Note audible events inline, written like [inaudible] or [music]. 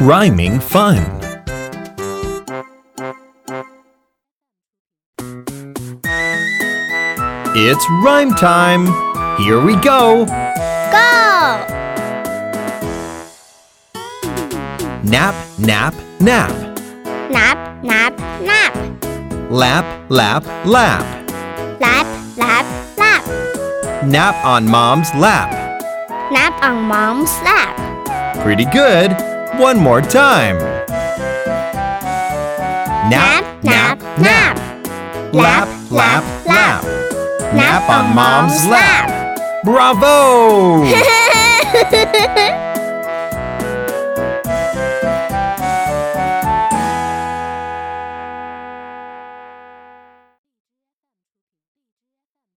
Rhyming fun. It's rhyme time. Here we go. Go! Nap, nap, nap. Nap, nap, nap. Lap, lap, lap. Lap, lap, lap. Nap on mom's lap. Nap on mom's lap. Pretty good. One more time. Nap, nap, nap. Lap, lap, lap. Nap on mom's lap. Bravo! lap. [laughs]